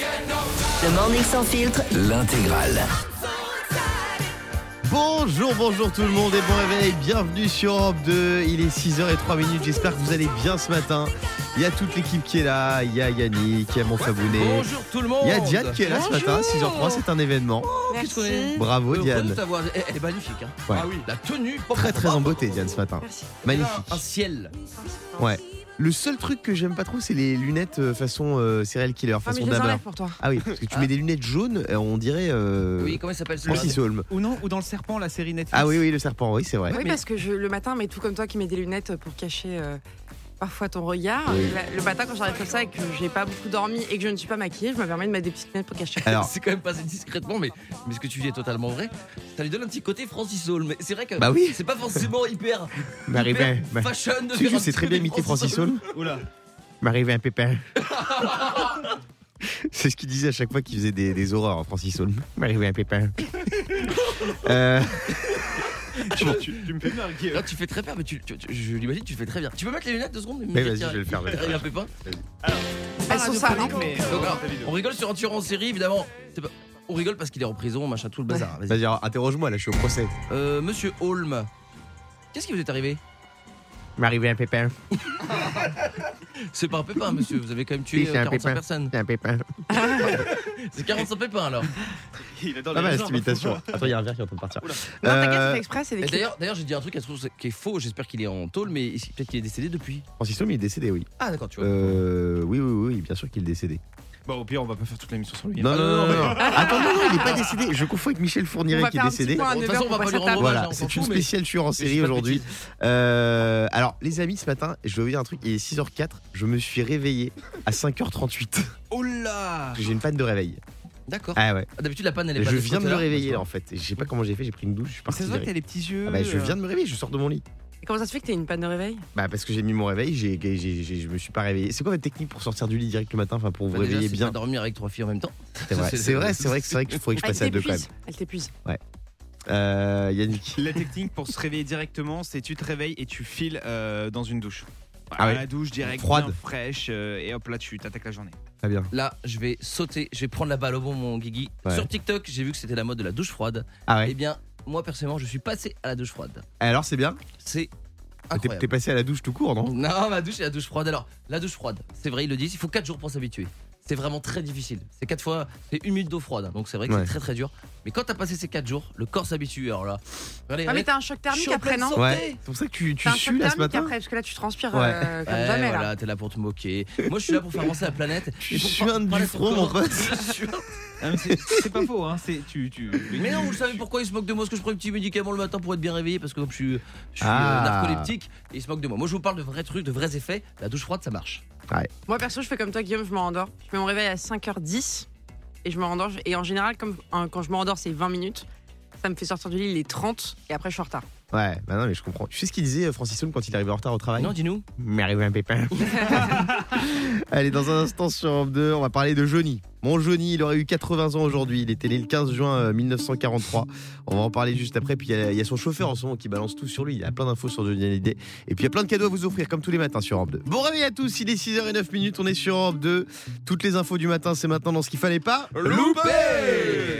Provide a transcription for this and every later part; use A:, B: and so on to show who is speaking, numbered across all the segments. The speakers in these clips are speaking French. A: Le morning sans filtre.
B: L'intégrale.
C: Bonjour, bonjour tout le monde et bon réveil. Bienvenue sur Europe 2. Il est 6h et 3 minutes. J'espère que vous allez bien ce matin. Il y a toute l'équipe qui est là. Il y a Yannick, il y a Monfabounet.
D: Bonjour tout le monde.
C: Il y a Diane qui est là ce matin.
E: Bonjour.
C: 6h03, c'est un événement.
D: Qu'est-ce qu'on est
C: Bravo
D: Heureux de
C: Diane.
D: t'avoir- Elle, elle est magnifique. Hein.
C: Ouais.
D: Ah oui. La tenue.
C: Très très en beauté Diane ce matin.
E: Merci.
C: Magnifique.
D: Un ciel.
C: Ouais. Le seul truc que j'aime pas trop, c'est les lunettes euh, façon euh, serial killer,
E: Ah, mais
C: façon
E: je les
C: damer.
E: enlève pour toi.
C: Ah oui, parce que tu mets des lunettes jaunes, euh, on dirait euh,
D: Oui, comment il s'appelle celui-là
C: Francis Holm.
F: Ou non, ou dans le serpent, la série Netflix.
C: Ah oui, oui, le serpent, oui, c'est vrai.
E: Oui,
F: mais-
E: parce que je, le matin, mais tout comme toi qui mets des lunettes pour cacher euh, parfois ton regard,
C: Oui.
E: la- le matin quand j'arrive comme ça et que j'ai pas beaucoup dormi et que je ne suis pas maquillée, je me permets de mettre des petites lunettes pour cacher.
C: Alors,
D: C'est quand même passé discrètement, mais, mais ce que tu dis est totalement vrai. Ça lui donne un petit côté Francis Hall. Mais c'est vrai que
C: Bah oui.
D: c'est pas forcément hyper,
C: Marie,
D: hyper
C: ben, ben,
D: fashion de
C: tu
D: faire
C: sais,
D: un
C: c'est très
D: truc
C: bien
D: avec
C: imité Francis Holm.
F: Oula.
C: M'arrivait un pépin. C'est ce qu'il disait à chaque fois qu'il faisait des, des horreurs, hein, Francis Holm. M'arrivait un pépin. Euh,
F: tu, tu- tu me fais marquer.
D: Là, tu fais très bien, mais tu, tu- tu- je l'imagine, tu le fais très bien. Tu peux mettre les lunettes deux secondes
C: mais vas-y, je vais le faire. vas-y.
D: un pépin.
E: Elles
F: Ah,
E: sont sales, hein.
D: Donc, alors, on rigole sur un tueur en série, évidemment. C'est pas- On rigole parce qu'il est en prison, machin, tout le bazar. Vas-y.
C: Vas-y, alors, interroge-moi, là, je suis au procès.
D: Euh, Monsieur Holm, qu'est-ce qui vous est arrivé
C: M'arrivait un pépin.
D: C'est pas un pépin, monsieur. Vous avez quand même
C: Oui,
D: tué
C: c'est
D: euh,
C: un
D: 45
C: pépin.
D: personnes.
C: C'est un pépin.
D: C'est 45 pépins alors.
F: Il adore
C: Pas
F: les
C: mal,
F: gens.
C: cette imitation.
D: hein.
C: Attends, il y a un verre qui est en train de partir.
E: Non, t'inquiète,
C: Euh,
E: c'est fait exprès, c'est des
D: Et
E: clips.
D: D'ailleurs, d'ailleurs, j'ai dit un truc à ce trouve qui est faux. J'espère qu'il est en tôle, mais il- peut-être qu'il est décédé depuis.
C: Francis Holm, il est décédé, oui.
D: Ah d'accord, tu vois.
C: Euh, oui, oui, oui, bien sûr qu'il est décédé.
F: Bon, au pire, on va pas faire toute l'émission sur lui. hein.
C: Non,
D: Ah,
C: non, non,
D: non,
C: non.
D: non,
C: non. Attends, non, non, il n'est pas décédé. Je confonds avec Michel
E: On
C: Fourniret
E: va
C: qui
E: faire
C: est
E: un petit
C: décédé.
E: point à
D: Bon, de
E: 9h
D: toute façon,
E: pour
D: on va
E: passer
D: pas
E: à
D: lui
E: table.
D: rendre hein,
C: Voilà,
D: on s'en
C: c'est une
D: fout, mais-
C: spéciale tueur en
D: Mais je
C: série
D: fais pas de
C: aujourd'hui.
D: bêtises.
C: Euh, alors, les amis, ce matin, je dois vous dire un truc. Il est 6h04, je me suis réveillé à 5h38.
D: Oh là
C: J'ai une panne de réveil.
D: D'accord.
C: Ah ouais.
D: Ah, D'habitude, la panne, elle est pas
C: Je viens de me
D: côté-là.
C: réveiller là, en fait. Je sais pas comment j'ai fait, j'ai pris une douche, je suis parti.
F: Ça se voit que
C: direct.
F: t'as les petits yeux.
C: Ah bah, je
D: hein.
C: viens de me réveiller, je sors de mon lit.
E: Et Comment ça se fait que t'aies une panne de réveil
C: Bah parce que j'ai mis mon réveil, j'ai, j'ai- j'ai- j'ai- je me suis pas réveillé. C'est quoi votre technique pour sortir du lit direct le matin, enfin pour vous
D: Bah, déjà,
C: réveiller
D: c'est
C: bien
D: pas dormir avec trois filles en même temps.
C: C'est vrai,
D: c'est- Ah,
C: c'est vrai, c'est vrai, que- c'est vrai qu'il faudrait que je
E: Elle
C: passe à deux quand même.
E: t'épuise. Elle t'épuise.
C: Euh, Yannick.
F: La technique pour se réveiller directement, c'est tu te réveilles et tu files euh, dans une douche.
C: Ah
F: À
C: ouais.
F: La douche direct,
C: Froide.
F: bien fraîche, euh, et hop là, tu t'attaques la journée.
C: Très bien.
D: Là, je vais sauter, je vais prendre la balle au bon, mon Guigui.
C: Ouais.
D: Sur TikTok, j'ai vu que c'était la mode de la douche froide.
C: Ah
D: Eh
C: ouais.
D: bien, moi, personnellement, je suis passé à la douche froide.
C: Alors c'est bien
D: C'est
C: T'es,
D: incroyable.
C: t'es passé à la douche tout court, non
D: Non, ma douche, c'est la douche froide. Alors, la douche froide, c'est vrai, ils le disent, il faut 4 jours pour s'habituer. C'est vraiment très difficile. C'est 4 fois, c'est une minute d'eau froide. hein, Donc, c'est vrai que
C: Ouais.
D: c'est très très dur. Mais quand t'as passé ces 4 jours, le corps s'habitue. Alors là, regardez,
E: Ah, mais
D: regardez,
E: t'as un choc
D: je
E: thermique
D: suis en
E: après,
D: pleine
E: non
D: santé.
C: Ouais. C'est pour ça que tu, tu
E: T'as un choc
C: sues là ce
E: thermique
C: matin
E: après, parce que là tu transpires
C: Ouais.
E: euh, comme
D: Ouais,
E: jamais
D: Eh, voilà,
E: là.
D: t'es là pour te moquer. Moi, je suis là pour faire avancer la planète.
C: Tu
D: et pour
C: sues
D: par-
C: un du
D: parler sur
C: front,
D: le
C: mon
D: corps.
C: pote.
D: Je suis un-
F: Ah, mais c'est- c'est pas faux, hein. C'est tu, tu.
D: Mais non, vous savez pourquoi ils se moquent de moi Parce que je prends un petit médicament le matin pour être bien réveillé, parce que comme je suis, je suis, euh,
C: Ah.
D: narcoleptique, et ils se moquent de moi. Moi, je vous parle de vrais trucs, de vrais effets. La douche froide, ça marche.
E: Moi perso, je fais comme toi, Guillaume, je m'endors. Je mets mon réveil à 5h10 et je me rendors. Et en général, comme hein, quand je m'endors, c'est 20 minutes. Ça me fait sortir du lit, il est 30 et après je suis en retard.
C: Ouais, bah non mais je comprends. Tu sais ce qu'il disait euh, Francis Holm quand il arrivait en retard au travail
D: Non, dis-nous.
C: m'est arrivé un pépin. Allez, dans un instant sur Europe 2, on va parler de Johnny. Mon Johnny, il aurait eu 80 ans aujourd'hui. Il était né le 15 juin euh, 1943. On va en parler juste après. Puis il y a- il y, a son chauffeur en ce moment qui balance tout sur lui. Il y a plein d'infos sur Johnny Hallyday. Et puis il y a plein de cadeaux à vous offrir, comme tous les matins sur Europe 2. Bon réveil à tous, il est 6h09 minutes. On est sur Europe 2. Toutes les infos du matin, c'est maintenant dans ce qu'il fallait pas.
F: Loupé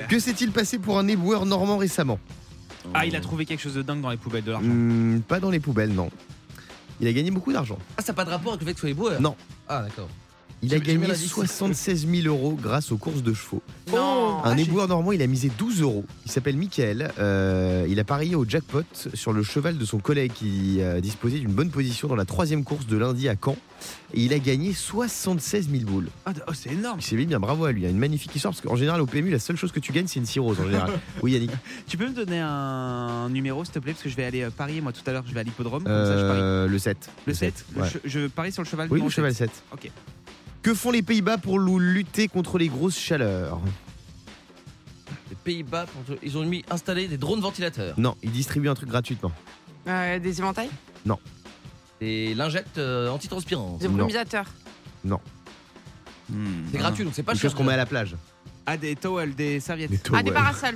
C: Que s'est-il passé pour un éboueur normand récemment
F: Ah, il a trouvé quelque chose de dingue dans les poubelles de l'argent.
C: Hmm, Pas dans les poubelles, non. Il a gagné beaucoup d'argent.
D: Ah, ça n'a pas de rapport avec le fait que ce soit beau.
C: Non.
D: Ah, d'accord.
C: Il
D: J'ai-
C: a
D: j'ai bien
C: gagné
D: la liste.
C: 76 000 euros grâce aux courses de chevaux.
F: Ah,
E: Non
C: un éboueur normand, il a misé 12 euros. Il s'appelle Michael. Euh, il a parié au jackpot sur le cheval de son collègue qui euh, disposait d'une bonne position dans la troisième course de lundi à Caen. Et il a gagné 76 000 boules.
F: Ah, d- oh, c'est énorme.
C: Il s'est mis bien, bravo à lui. Il y a une magnifique histoire parce qu'en général, au PMU, la seule chose que tu gagnes, c'est une cirrhose en général. Oui, Yannick.
F: Tu peux me donner un numéro, s'il te plaît, parce que je vais aller euh, parier moi tout à l'heure. Je vais à l'hippodrome. comme ça, je parie.
C: Euh, le 7.
F: Le 7,
C: ouais.
F: je, je parie sur le cheval.
C: Oui,
F: numéro
C: le cheval
F: sept.
C: 7.
F: Ok.
C: Que font les Pays-Bas pour lou- lutter contre les grosses chaleurs
D: Les Pays-Bas, pour- ils ont mis installer des drones ventilateurs.
C: Non, ils distribuent un truc gratuitement.
E: Euh, Des éventails
D: Des lingettes euh, antitranspirantes.
E: Des
C: Non.
E: brumisateurs
F: Hmm.
D: C'est gratuit, donc c'est pas
C: Une
A: Hmm.
D: cher.
A: Ah.
C: chose qu'on met à la plage.
F: Ah, des towels, des serviettes.
C: Des
E: Ah, des Ah,
C: towels.
E: parasols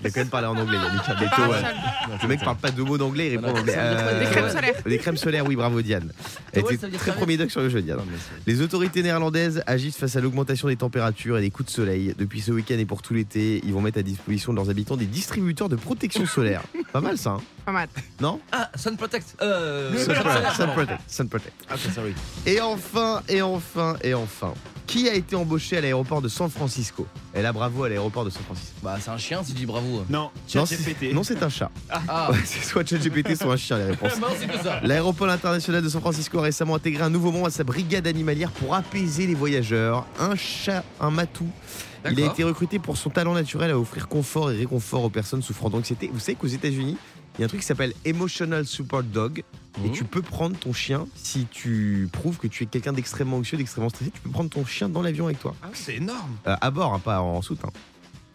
C: Il a quand même parlé en anglais, Yannick Abetto,
E: Parle
C: ouais.
E: seul.
C: Le mec parle pas deux mots d'anglais, il répond en
D: Voilà,
C: anglais.
D: personne ne
E: Des
D: Euh,
E: crèmes
D: ouais.
E: solaires.
C: Des crèmes solaires, oui, bravo Diane.
D: Et
C: Elle
D: ouais,
C: était
D: ça veut dire
C: très
D: ça,
C: premier doc sur le jeu, Diane. Les autorités néerlandaises agissent face à l'augmentation des températures et des coups de soleil. Depuis ce week-end et pour tout l'été, ils vont mettre à disposition de leurs habitants des distributeurs de protection solaire. Pas mal ça, hein
E: Pas mal.
C: non
D: Ah, Sun Protect. Euh,
C: Sun
D: Sun
C: Protect,
D: Protect,
C: Sun
D: pardon.
C: Protect, Sun Protect.
A: Ah,
D: Ok, sorry.
C: Et enfin, et enfin, et enfin, qui a été embauché à l'aéroport de San Francisco Et là, bravo à l'aéroport de San Francisco.
D: Bah, c'est un chien si tu dis bravo.
A: Non,
C: Non,
A: ChatGPT.
C: c'est- Non, c'est un chat.
D: Ah,
C: Ouais, c'est soit ChatGPT, soit un chien, les réponses.
D: non, c'est que ça.
C: L'aéroport international de San Francisco a récemment intégré un nouveau membre à sa brigade animalière pour apaiser les voyageurs. Un chat, un matou. Il a
D: D'accord.
C: été recruté pour son talent naturel à offrir confort et réconfort aux personnes souffrant d'anxiété. Vous savez qu'aux États-Unis, il y a un truc qui s'appelle Emotional Support Dog. Et
D: Mhm.
C: tu peux prendre ton chien si tu prouves que tu es quelqu'un d'extrêmement anxieux, d'extrêmement stressé. Tu peux prendre ton chien dans l'avion avec toi.
A: Ah.
F: C'est énorme.
C: Euh, à bord, hein, pas en soute. hein.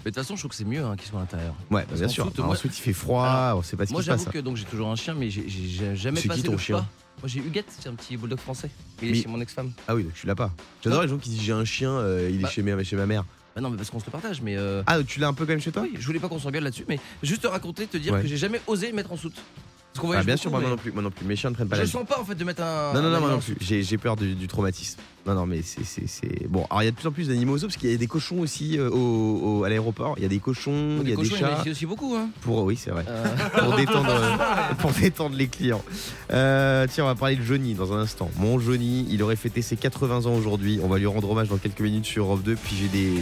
D: Mais de toute façon, je trouve que c'est mieux hein, qu'il soit à l'intérieur.
C: Ouais, bah,
D: Parce
C: bien
D: qu'en
C: sûr.
D: soute,
C: Alors,
D: moi- ah,
C: en soute, il fait froid, on sait pas ce qui
D: Moi,
C: se passe.
D: j'avoue que donc j'ai toujours un chien, mais j'ai- j'ai j'ai jamais
C: C'est
D: passé
C: qui ton
D: le
C: chien
D: pas. Moi, j'ai Huguette, c'est un petit bulldog français. Il est
C: Mais-
D: chez mon ex-femme.
C: Ah oui, donc tu l'as pas. J'adore les gens qui disent j'ai un chien, euh, il est
D: Bah-
C: chez, mes- chez ma mère.
D: Bah non, mais parce qu'on se le partage, mais. euh,
C: Ah, tu l'as un peu quand même chez toi
D: Oui, je voulais pas qu'on s'engueule là-dessus, mais juste te raconter, te dire
C: Ouais.
D: que j'ai jamais osé mettre en soute. Parce qu'on
C: Ah,
D: voyage
C: bien sûr,
D: beaucoup,
C: moi
D: mais
C: non plus, moi non plus. Mes chiens ne prennent pas
D: Je
C: la
D: le sens pas en fait de mettre un.
C: Non,
D: un
C: non, non, moi
D: animal
C: non
D: en
C: plus. J'ai j'ai peur du, du traumatisme. Non, non, mais c'est- c'est. c'est- Bon, alors il y a de plus en plus d'animaux zoo parce qu'il y a des cochons aussi euh, au, au- à l'aéroport. Il y a des cochons,
D: soute.
C: il y
D: Les
C: a
D: cochons,
C: des
D: il y en a
C: chats.
D: ici aussi beaucoup. Hein.
C: Pour, oui, c'est vrai.
D: Euh,
C: Pour détendre, euh, pour détendre les clients. Euh, tiens, on va parler de Johnny dans un instant. Mon Johnny, il aurait fêté ses 80 ans aujourd'hui. On va lui rendre hommage dans quelques minutes sur Europe 2. Puis j'ai des.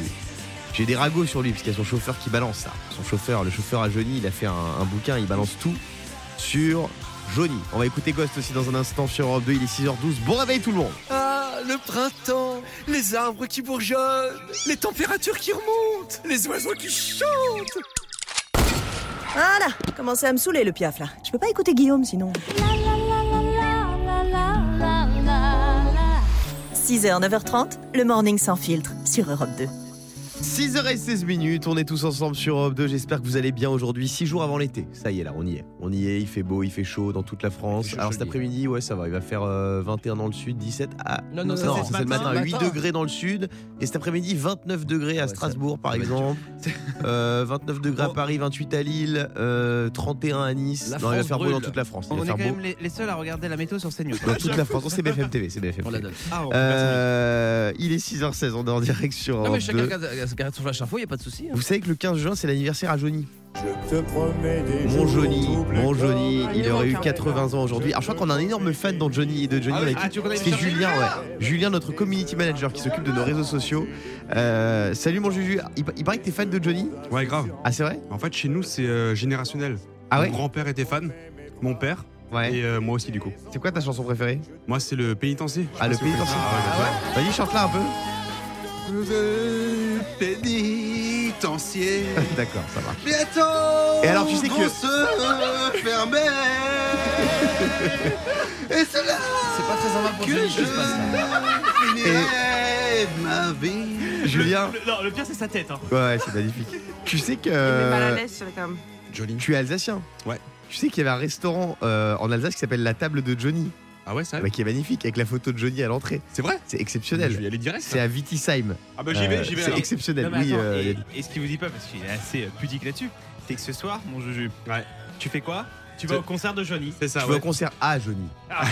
C: J'ai des ragots sur lui, parce qu'il y a son chauffeur qui balance ça. Son chauffeur, le chauffeur à Johnny, il a fait un, un bouquin, il balance tout sur Johnny. On va écouter Ghost aussi dans un instant sur Europe 2, il est 6h12. Bon réveil tout le monde
B: Ah, le printemps, les arbres qui bourgeonnent, les températures qui remontent, les oiseaux qui chantent.
G: Voilà, commencez à me saouler le piaf là. Je peux pas écouter Guillaume sinon. 6h, 9h30, le morning sans filtre sur Europe 2.
C: 6h16 minutes, on est tous ensemble sur Europe 2, j'espère que vous allez bien aujourd'hui, 6 jours avant l'été. Ça y est là, on y est. On y est, il fait beau, il fait chaud dans toute la France.
D: Il fait chaud,
C: Alors cet
D: je le dis.
C: après-midi, ouais ça va, il va faire euh, 21 dans le sud, 17 à...
D: Non, non, ça,
C: ça,
D: c'est
C: c'est le matin,
D: le
C: 8
D: matin.
C: degrés dans le sud, et cet après-midi 29 degrés à
D: Ouais, ça-
C: Strasbourg par
D: ça va être Oh.
C: exemple, Euh, 29 degrés à
F: Bon.
C: Paris, 28 à Lille, euh, 31 à Nice.
D: La
C: non, il va
D: France
C: faire beau dans
D: brûle.
C: toute la France. Il
F: On
C: va
F: est
C: faire
F: quand
C: beau
F: même les, les seuls à regarder la météo sur CNews.
C: dans toute la France. Non, c'est BFM TV, c'est BFM
D: On la
C: TV.
D: donne.
F: Ah, on-
C: Euh, il est 6h16, on est en direct sur
D: Non, mais
C: Europe
D: chacun
C: 2.
D: garde garde son flash info, y a pas de souci. hein.
C: Vous savez que le 15 juin, c'est l'anniversaire à Johnny.
H: Je te promets des
C: Mon
H: jours
C: Johnny,
H: doubles
C: mon Johnny,
H: comme
C: il
H: un
C: aurait eu
H: éléphant.
C: 80 ans aujourd'hui. Alors je crois qu'on a un énorme fan dans Johnny et de Johnny
F: Ah oui,
C: avec
F: ah, tu connais
C: c'est
F: bien
C: Julien, ouais. Julien, notre community manager qui s'occupe de nos réseaux sociaux. Euh, salut mon Juju, il, pa- il paraît que t'es fan de Johnny
I: Ouais, grave.
C: Ah c'est vrai
I: En fait, chez nous, c'est euh, générationnel.
C: Ah
I: mon
C: ouais
I: grand-père était fan, mon père
C: Ouais.
I: et euh, moi aussi, du coup.
C: C'est quoi ta chanson préférée
I: Moi, c'est le pénitencier.
C: Ah le pays d'Orsi. Vas-y chante là un peu.
I: Le pénitencier.
C: D'accord, ça marche.
I: Bientôt.
C: Et alors, tu sais que-
I: on se fermait. et cela
D: C'est pas très sympa pour
I: Que
D: Johnny ce qui
I: je-
D: se passe, là.
I: finirait ma vie.
C: Julien,
A: Le- non, le pire, c'est sa tête. Hein.
C: ouais, ouais, c'est magnifique. Tu sais que
E: Il met mal à l'aise, ça, quand même.
I: Johnny.
C: tu es alsacien.
I: Ouais.
C: Tu sais qu'il y avait un restaurant euh, en Alsace qui s'appelle la table de Johnny,
I: Ah ouais, ça
C: bah, qui est magnifique avec la photo de Johnny à l'entrée.
I: C'est vrai
C: C'est
I: Je
C: exceptionnel.
I: vais y aller direct. hein.
C: C'est à Vitisheim.
A: Ah bah j'y vais,
C: Euh,
A: j'y vais.
C: C'est
A: alors.
C: exceptionnel.
A: Non, mais
C: Oui,
A: attends,
C: euh,
A: et, et ce qui vous dit pas, parce qu'il est assez euh, pudique là-dessus, c'est que ce soir, mon Juju,
I: Ouais.
A: tu fais quoi Tu vas
I: C'est-
A: au concert de Johnny.
I: C'est ça,
C: tu vas au
I: Ah ouais.
C: concert à Johnny.
A: Ah.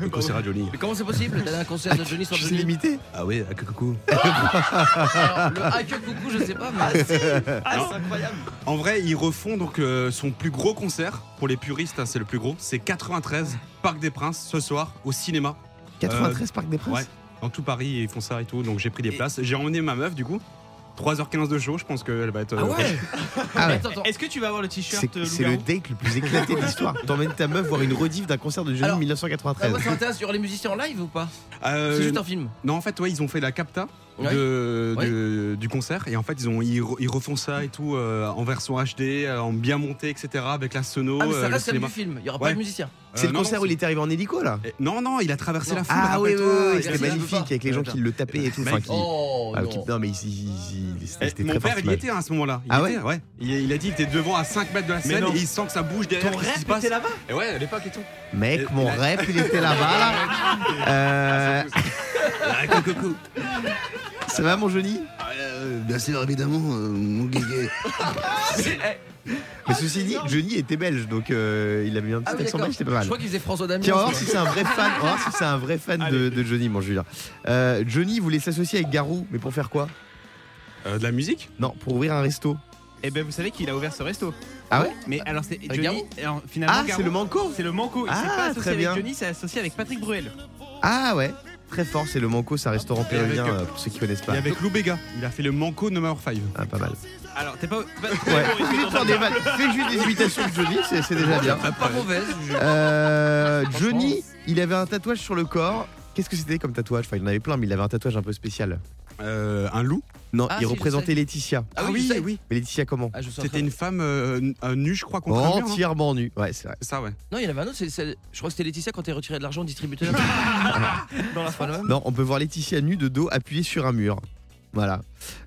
I: Le concert à Johnny.
D: Mais comment c'est possible d'aller à un concert de Johnny sur
C: Tu sais
D: Johnny
C: l'imiter
I: Ah ouais, à coucou.
D: Alors, le hacker coucou, je sais pas, mais.
A: Ah, c'est incroyable.
I: En vrai, ils refont donc euh, son plus gros concert. Pour les puristes, hein, c'est le plus gros. C'est 93, Parc des Princes, ce soir, au cinéma.
C: 93 Parc des
I: Ouais,
C: Princes
I: dans tout Paris, ils font ça et tout. Donc j'ai pris des places. J'ai emmené ma meuf, du coup. 3h15 de show, je pense qu'elle va être. euh,
C: Ah ouais.
D: Attends, attends.
A: Est-ce que tu vas avoir le t-shirt
C: C'est
A: euh,
C: c'est le
A: loup-garou
C: date le plus éclaté de l'histoire. T'emmènes ta meuf voir une rediff d'un concert de Johnny
D: Alors, Ah,
C: 1993.
D: Moi, ça m'intéresse, il y aura les musiciens en live ou pas
I: Euh,
D: C'est juste un film. Ah,
I: Non, en fait, ouais, ils ont fait la capta
D: Ouais.
I: de, de- du concert. Et en fait, ils, ont, ils, re- ils refont ça et tout euh, en version HD, euh, en bien monté, etc. Avec la sono,
D: Ah, mais
I: euh,
D: ça
I: le
D: reste comme
I: cinéma.
D: du film, il y aura
I: Ouais.
D: pas de musicien.
C: C'est le
I: Euh, non,
C: concert
I: non,
C: où il était arrivé en hélico là
I: c'est- Non, non, il a traversé
D: Non.
I: la foule.
C: Ah oui, oui, oui,
I: rappelle-toi.
C: c'était
D: Merci, je peux
C: magnifique
D: pas.
C: avec les gens qui le tapaient et tout. Enfin, qui-
D: Oh,
C: Ah,
D: non.
C: qui- non, mais il- il- il-
I: Eh,
C: Ah, c'était
I: mon
C: très fort.
I: père,
C: ce
I: il y
C: match.
I: était hein, à ce moment-là. Il
C: Ah
I: y
C: ouais
I: était, Il, il a dit qu'il était devant à 5 mètres de la
A: Mais
I: scène
A: non.
I: et il sent que ça bouge derrière.
A: Ton
I: qu'est-ce qui
A: rêve,
I: se passe
A: t'es
C: Ah,
A: là-bas
I: Et ouais, à l'époque et tout.
C: Mec,
I: Et-
C: mon
I: il a-
C: rêve, il était là-bas là. Euh,
I: Ah, coucou, coucou.
C: Ça va mon Johnny
A: Ah,
J: euh, bien sûr, évidemment, euh, mon guégué.
C: Mais ceci dit, Johnny était belge, donc euh, il avait mis un
D: Ah
C: petit
D: oui,
C: accent
D: d'accord.
C: belge, c'était pas mal.
D: Je crois qu'il faisait François Damien.
C: Tiens, on va
A: oh.
C: voir si c'est un vrai fan, on va voir si c'est un vrai fan de, de Johnny, mon Julien. Euh, Johnny voulait s'associer avec Garou, mais pour faire quoi
I: Euh, de la musique
C: Non, pour ouvrir un resto.
A: Eh
F: Et ben vous savez qu'il a ouvert ce resto.
C: Ah ouais
F: Mais alors c'est
D: Avec
F: Johnny.
D: Garou
F: alors, finalement,
C: Ah,
F: Garou-
C: c'est le Manco
F: C'est le Manco. Il s'est
C: Ah, très
F: pas associé
C: bien.
F: avec Johnny, c'est associé avec Patrick Bruel.
C: Ah ouais, très fort, c'est le Manco, c'est un restaurant péruvien, euh, pour ceux qui connaissent
I: Et
C: pas.
I: avec Lou Béga, il a fait le Manco Number 5.
C: Ah, pas mal.
F: Alors t'es pas. pas-
C: Ouais, fais juste faire des vannes, fais juste des imitations de Johnny, c'est c'est déjà bien.
D: Pas mauvaise. je-
C: Euh, Johnny, il avait un tatouage sur le corps. Qu'est-ce que c'était comme tatouage Enfin, il en avait plein, mais il avait un tatouage un peu spécial.
I: Euh, un loup
C: Non,
D: Ah, si,
C: il
D: je
C: représentait
D: sais.
C: Laetitia.
D: Ah oui, je sais.
C: Mais Laetitia comment
D: Ah, je me souviens
I: C'était
D: très
I: une femme euh, n- euh, nue, je crois,
C: Oh,
I: contre un mur. hein.
C: Entièrement nue. Ouais, c'est vrai.
I: C'est ça, ouais.
D: Non, il y en avait un autre, c'est- c'est- je crois que c'était Laetitia quand elle retirait de l'argent au distributeur. Dans la fin de même.
C: Non, on peut voir Laetitia nue de dos appuyée sur un mur. Voilà.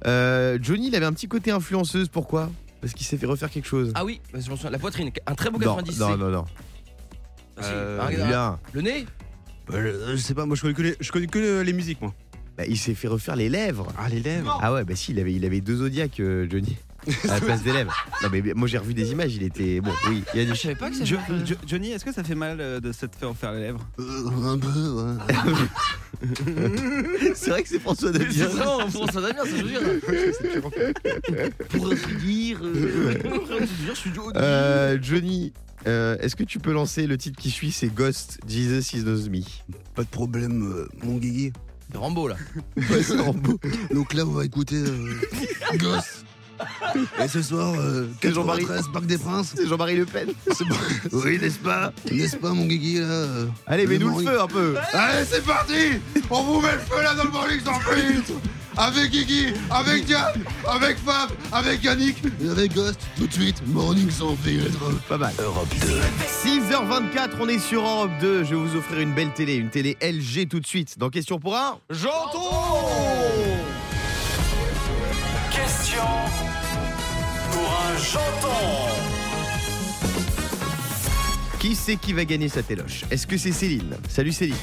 C: Euh, Johnny, il avait un petit côté influenceuse. Pourquoi Parce qu'il s'est fait refaire quelque chose.
D: Ah oui, bah, je m'en souviens, la poitrine, un très beau
C: non,
D: 90.
C: non, non, non.
D: Ah, si.
I: Euh,
D: Ah, regarde,
C: Julien,
D: Le nez
I: Bah, je, je sais pas, moi je connais que les, je connais que le- les musiques, moi.
C: bah, il s'est fait refaire les lèvres.
I: Ah, les lèvres
C: Ah ouais, bah si, il avait, il avait deux zodiacs, euh, Johnny. À la place des lèvres. Non, mais mais moi j'ai revu des images, il était. Bon, oui, il y a
D: Je
C: des
D: savais pas que ça
F: Jo- Jo- Johnny, est-ce que ça fait mal euh, de se te faire faire les lèvres
J: Euh, un peu, ouais.
C: C'est vrai que c'est François
D: Mais
C: Damien.
D: C'est ça, on pense à Damien, ça je veux dire. euh, Pour ainsi dire, euh, pour ainsi dire, je suis Joe.
C: Euh, Johnny, euh, est-ce que tu peux lancer le titre qui suit C'est Ghost, Jesus is Knows Me.
J: Pas de problème, euh, mon guégué.
D: C'est Rambo là.
C: Ouais, c'est Rambo.
J: Donc là, on va écouter euh, Gosse. Et ce soir, euh,
C: C'est Jean-Marie.
J: 93, Parc des Princes.
C: C'est Jean-Marie Le Pen.
J: C'est bon. Oui, n'est-ce pas N'est-ce pas, mon guégué, là euh,
C: Allez,
J: le
C: mets-nous le
J: Morning-
C: feu un peu.
J: Allez, c'est parti On vous met le feu là dans le Morning sans filtre Avec Guigui, avec Diane, avec Fab, avec Yannick et avec Ghost, tout de suite, Morning sans filtre
C: Pas mal. 6h24, on est sur Europe 2. Je vais vous offrir une belle télé, une télé LG tout de suite. Dans question pour un.
H: Question pour un janton.
C: Qui c'est qui va gagner sa téloche Est-ce que c'est Céline Salut Céline.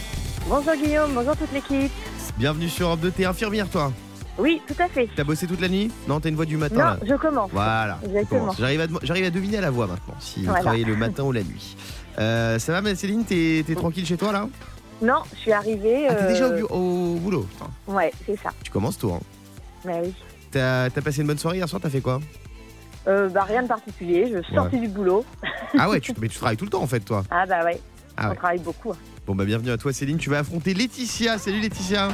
K: Bonjour Guillaume, bonjour toute l'équipe.
C: Bienvenue sur Europe 2. T'es infirmière toi
K: Oui, tout à fait.
C: T'as bossé toute la nuit Non, t'as une voix du matin.
K: Non,
C: là.
K: je commence.
C: Voilà.
K: Exactement.
C: on commence. J'arrive à, dem- j'arrive à deviner à la voix maintenant, si vous
K: Voilà.
C: travaillez le matin ou la nuit. Euh, ça va, ma Céline T'es t'es tranquille chez toi là
K: Non, je suis arrivée.
C: Ah, T'es déjà au,
K: euh,
C: bu- au boulot. Putain,
K: Ouais, c'est ça.
C: tu commences toi. Hein.
K: Mais oui.
C: T'as t'as passé une bonne soirée hier soir T'as fait quoi
K: Euh, bah, rien de particulier, je suis
C: Ouais.
K: sortie du boulot.
C: Ah ouais, tu, mais tu travailles tout le temps en fait toi.
K: Ah bah ouais,
C: Ah ouais.
K: on travaille beaucoup. hein.
C: Bon bah bienvenue à toi Céline. Tu vas affronter Laetitia. Salut Laetitia.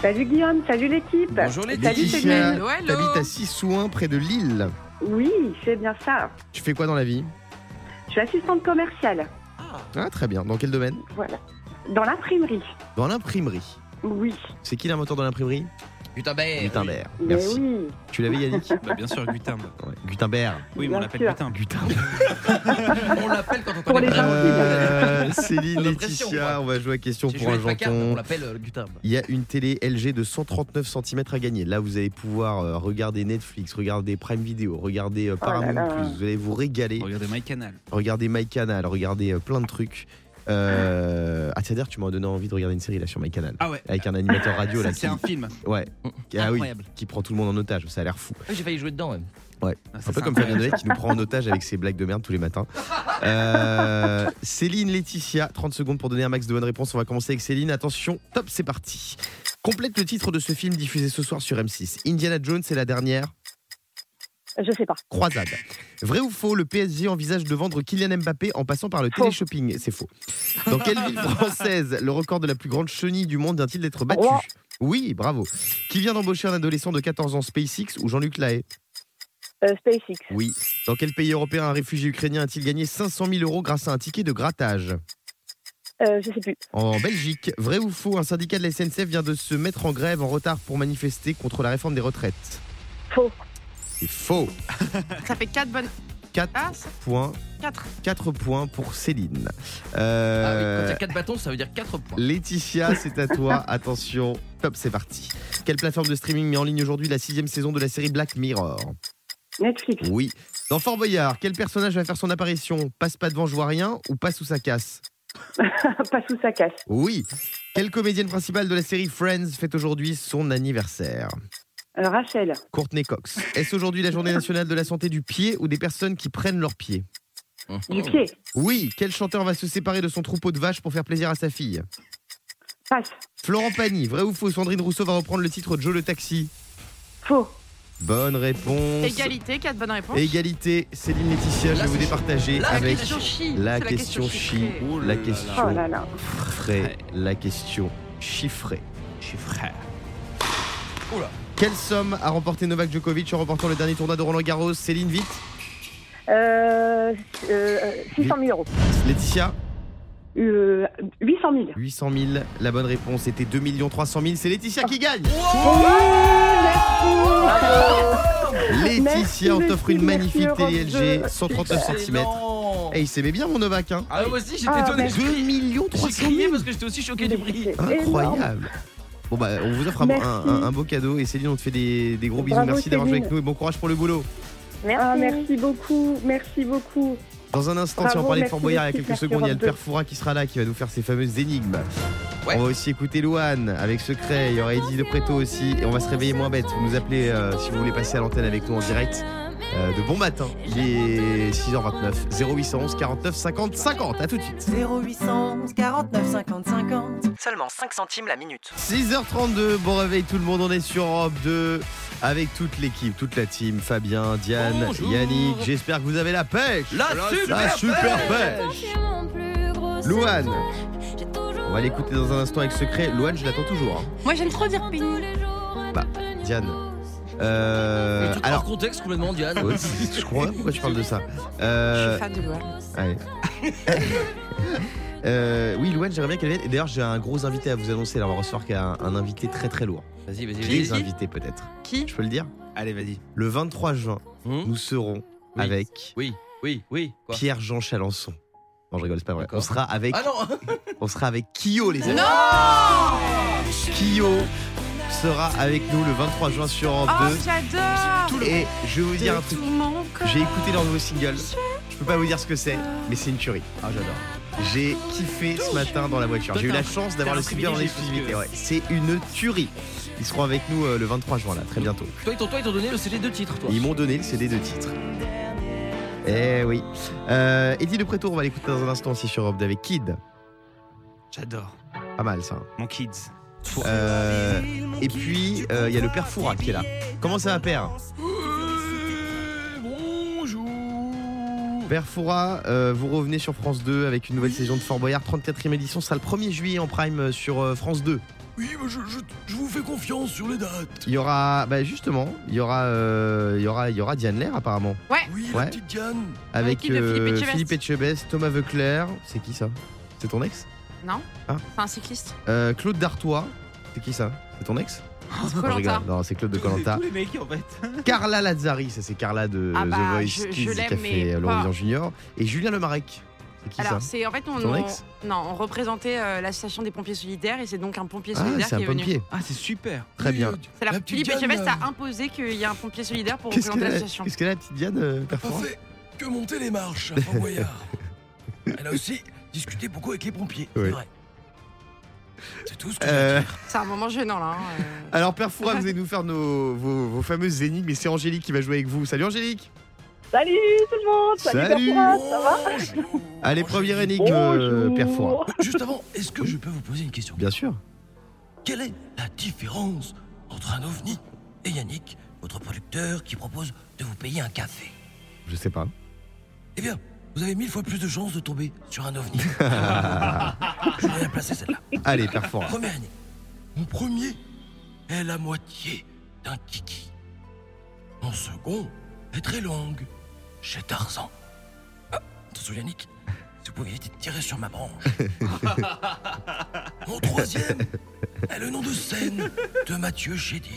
K: Salut Guillaume, salut l'équipe.
E: Bah.
D: Bonjour les
K: Salut
C: Laetitia.
K: Céline.
E: Hello, hello.
C: T'habites à Sissouin près de Lille.
K: Oui, c'est bien ça.
C: Tu fais quoi dans la vie
K: Je suis assistante commerciale.
C: Ah très bien. Dans quel domaine
K: Voilà. Dans l'imprimerie.
C: Dans l'imprimerie.
K: Oui.
C: C'est qui l'inventeur de l'imprimerie
D: Putain, ben.
C: Gutenberg.
K: Mais
C: Merci.
K: oui.
C: Tu l'avais Yannick
F: Bah bien sûr, Gutimbe.
C: Ouais, Gutenberg.
F: Oui, mais
K: Bien
F: on l'appelle
K: sûr.
F: Gutimbe.
D: On l'appelle quand on
K: Pour
D: connaît
K: les
D: pas.
K: gens.
C: Euh, Céline,
D: J'ai l'impression,
C: Laetitia,
D: moi.
C: on va jouer à question
D: Si je
C: pour
D: vais
C: un
D: être Packard, on
C: janton.
D: l'appelle euh, Gutin.
C: Il y a une télé LG de 139 cm à gagner. Là, vous allez pouvoir euh, regarder Netflix, regarder Prime Video, regarder euh,
K: Oh là
C: Paramount+.
K: là.
C: Plus. Vous allez vous régaler.
F: Regardez My Canal.
C: Regardez MyCanal, regardez euh, plein de trucs. Euh, Ah, c'est-à-dire, tu m'as donné envie de regarder une série là sur MyCanal.
F: Ah ouais.
C: Avec un animateur radio là.
F: Ça, C'est
C: qui-
F: un film.
C: Ouais. Ah oui,
F: Incroyable.
C: qui prend tout le monde en otage. Ça a l'air fou.
D: J'ai failli jouer dedans. ouais.
F: Ah, ça,
C: Un peu
F: c'est
C: comme Fabien Noël qui nous prend en otage avec ses blagues de merde tous les matins. Euh, Céline, Laetitia, 30 secondes pour donner un max de bonnes réponses. On va commencer avec Céline. Attention, top, c'est parti. Complète le titre de ce film diffusé ce soir sur M6. Indiana Jones c'est la dernière
K: Je sais pas.
C: croisade. Vrai ou faux, le PSG envisage de vendre Kylian Mbappé en passant par le
K: Faux.
C: télé-shopping. C'est faux. Dans quelle ville française le record de la plus grande chenille du monde vient-il d'être battu
K: Rouen.
C: Oui, bravo. Qui vient d'embaucher un adolescent de 14 ans SpaceX ou Jean-Luc Lahaye
K: Euh, SpaceX.
C: oui. Dans quel pays européen un réfugié ukrainien a-t-il gagné 500 000 euros grâce à un ticket de grattage
K: Euh, je sais plus.
C: En Belgique, vrai ou faux, un syndicat de la SNCF vient de se mettre en grève en retard pour manifester contre la réforme des retraites.
K: Faux.
C: C'est faux.
E: Ça fait 4 bonnes.
C: 4
E: Ah, ça-
C: points,
E: quatre.
C: 4 points pour Céline.
D: Ah oui, quand il
C: Euh,
D: y a 4 bâtons, ça veut dire 4 points.
C: Laetitia, c'est à toi. Attention, top, c'est parti. Quelle plateforme de streaming met en ligne aujourd'hui la sixième saison de la série Black Mirror
K: Netflix.
C: Oui. Dans Fort Boyard, quel personnage va faire son apparition Passe pas devant, je vois rien ou passe ou ça casse
K: pas sous sa casse.
C: Oui. Quelle comédienne principale de la série Friends fête aujourd'hui son anniversaire
I: Euh, Rachel,
C: Courtney Cox. Est-ce aujourd'hui la journée nationale de la santé du pied ou des personnes qui prennent leurs pieds
D: Ah.
C: Oh.
I: du pied,
C: Oui. Quel chanteur va se séparer de son troupeau de vaches pour faire plaisir à sa fille
I: passe,
C: Florent Pagny. Vrai ou faux Sandrine Rousseau va reprendre le titre de Joe le taxi.
I: faux,
C: Bonne réponse.
E: Égalité, 4 bonnes réponses.
C: Égalité. Céline Laetitia, je vais vous départager
E: La
C: avec
E: question
C: la
E: chi. C'est la question
C: question chi,
E: chiffrée.
F: Oh là
C: la
F: là.
C: question
I: oh là là.
C: frais, la question chiffrée.
F: Chiffré.
C: Quelle somme a remporté Novak Djokovic en remportant le dernier tournoi de Roland Garros Céline, vite.
I: Euh, euh, 600 000 euros.
C: Laetitia,
I: Euh, 800 000.
C: 800 000. La bonne réponse était 2 300 000. C'est Laetitia qui gagne.
I: Merci,
C: Laetitia, on t'offre
I: merci,
C: une magnifique
I: merci,
C: télé
I: Europe
C: LG
I: deux.
C: 139 cm.
L: Excellent.
C: Et il s'aimait bien mon Novak. Hein
L: Ah, moi aussi, j'étais
I: Ah,
L: étonné.
I: merci.
C: 2
L: J'ai
C: 300
L: crié
C: 000.
L: parce que j'étais aussi choqué du prix.
C: Incroyable. Bon bah on vous offre un,
I: Merci.
C: un- un- un beau cadeau et Céline on te fait des, des gros bisous.
I: Bravo,
C: Merci d'avoir joué
I: Céline.
C: avec nous et bon courage pour le boulot.
I: Merci. Ah, merci beaucoup, merci beaucoup.
C: Dans un instant,
I: Bravo,
C: si on parlait de
I: merci,
C: Fort Boyard il y a
I: merci,
C: quelques
I: merci,
C: secondes, il y a le
I: Europe deux.
C: père Foura qui sera là qui va nous faire ses fameuses énigmes.
L: Ouais.
C: On va aussi écouter Louane avec Secret, il y aura Eddie de Preto aussi et on va se réveiller moins bête. Vous nous appelez euh, si vous voulez passer à l'antenne avec nous en direct euh, de bon matin. Il est 6h29 0811 49 50 50. À tout de suite.
G: 0811 49 50 50.
D: Seulement 5 centimes la minute.
C: 6h32, bon réveil tout le monde, on est sur Europe 2 avec toute l'équipe, toute la team, Fabien, Diane,
L: Bonjour.
C: Yannick, j'espère que vous avez la pêche
L: La super
C: La super
L: pêche.
C: pêche Louane On va l'écouter dans un instant avec secret, Louane je l'attends toujours. hein.
E: Moi, j'aime trop dire pénis.
C: Bah, Diane. Euh,
L: Alors,
C: alors,
L: contexte complètement, Diane.
C: Ouais, c'est- je comprends pas pourquoi tu parles de ça.
E: Je suis
C: Euh,
E: fan de Loire.
C: ouais. Euh, oui, Louane, j'aimerais bien qu'elle vienne. Et D'ailleurs, j'ai un gros invité à vous annoncer. Là, on va recevoir qu'il y a un, un invité très très lourd.
L: Vas-y, vas-y,
C: Des
L: vas-y.
C: invités peut-être.
E: Qui
C: Je peux le dire
F: Allez, vas-y.
C: Le 23 juin,
D: Hum.
L: Hmm
C: nous serons
L: Oui.
C: avec
L: Oui, oui, oui. Quoi
C: Pierre-Jean Chalençon. Non, je rigole, c'est pas vrai.
L: D'accord.
C: On sera avec,
L: Ah non
C: on sera avec Kyo, les amis.
E: Non
C: Kyo sera avec nous le 23 juin sur Europe
E: Oh,
C: 2.
L: Ah,
E: j'adore
C: Et je vais vous dire un
E: De
C: truc.
E: tout mon corps.
C: J'ai écouté leur nouveau single. Je peux pas vous dire ce que c'est, mais c'est une tuerie. Ah, j'adore. J'ai kiffé ce matin dans la voiture. J'ai eu la chance d'avoir le
L: T'es un
C: single en
L: privilégié,
C: exclusivité.
L: parce
C: Ouais, c'est une tuerie. Ils seront avec nous euh, le 23 juin, là, très bientôt.
L: Toi, ils t'ont toi, ils t'ont donné le CD de titre, toi.
C: Ils m'ont donné le CD de titre. Eh oui. Euh, Eddie Le Prétour, on va l'écouter dans un instant aussi sur Europe 2 avec Kid.
F: J'adore.
C: Pas mal ça.
F: Mon kids.
C: Euh, et puis, euh, il y a le père Foura qui est là. Comment ça va, père
L: Bonjour
C: Père Foura, euh, vous revenez sur France 2 avec une nouvelle saison de Fort Boyard, 34e édition, ce sera le 1er juillet en prime euh, sur euh, France 2.
D: Oui, mais je, je- je vous fais confiance sur les dates.
C: Il y aura, bah justement, il y aura, euh, il y aura, il y aura Diane Lair apparemment,
D: Oui,
C: Ouais.
D: la petite Diane.
C: avec
E: Ah,
C: euh,
E: qui de Philippe Etchebest
C: Philippe Etchebest, Thomas Veuclair, c'est qui ça C'est ton ex
E: Non
C: Ah.
E: C'est un cycliste.
C: Euh, Claude Dartois, c'est qui ça C'est ton ex
E: C'est
C: Non, je rigole.
E: Colanta.
C: Non, c'est Claude de
F: Tous les-
C: Colanta.
F: Tous les mecs, en fait.
C: Carla Lazzari, ça c'est Carla de
E: Ah bah,
C: The Voice
E: je- je
C: Kids qui a
E: l'aime, mais
C: fait l'Eurovision
E: pas.
C: Junior. Et Julien Lemarec, c'est qui
E: Alors,
C: ça
E: c'est en fait, on,
C: Ton
E: on-
C: ex
E: non, on représentait euh, l'association des pompiers solidaires et c'est donc un pompier
C: Ah,
E: solidaire
C: c'est
E: qui
C: un
E: est venu.
C: pompier.
M: Ah, c'est super.
C: Très
D: Oui,
C: bien.
D: euh,
E: C'est la,
D: La petite
E: Philippe Etchebest
D: Diane,
E: a imposé qu'il y a un pompier solidaire pour
C: Qu'est-ce qu'elle
E: représenter
C: a,
E: l'association.
C: qu'est-ce qu'elle a, la petite Diane euh,
D: Pas
C: Perfora
D: fait que monter les marches à Fort Boyard. Elle a aussi discuté beaucoup avec les pompiers.
C: Oui.
D: C'est vrai. C'est tout ce que
C: Euh,
E: C'est un moment gênant là. hein, euh.
C: Alors Perfora, vous allez nous faire nos, vos, vos fameuses énigmes et c'est Angélique qui va jouer avec vous. Salut Angélique
I: Salut tout le monde,
C: Salut.
I: salut, Bertrand, ça va
D: Bonjour.
C: Allez,
D: Bonjour.
C: première énigme, euh,
I: Bonjour.
C: Perfora.
D: Juste avant, est-ce que je peux vous poser une question
C: Bien sûr.
D: Quelle est la différence entre un ovni et Yannick, votre producteur, qui propose de vous payer un café
C: Je sais pas.
D: Eh bien, vous avez mille fois plus de chances de tomber sur un ovni. je vais la placer celle-là.
C: Allez, Perfora.
D: Première année. Mon premier est la moitié d'un kiki. Mon second est très longue, chez Tarzan. Ah, attention Yannick, si vous pouviez éviter de tirer sur ma branche. Mon troisième est le nom de scène de Mathieu Chédid.